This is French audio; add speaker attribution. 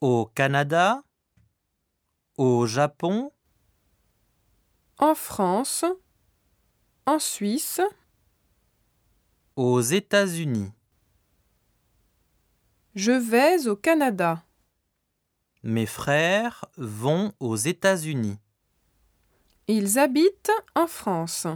Speaker 1: Au Canada, au Japon,
Speaker 2: en France, en Suisse,
Speaker 1: aux États-Unis.
Speaker 2: je vais au Canada.
Speaker 1: Mes frères vont aux États-Unis.
Speaker 2: Ils habitent en France.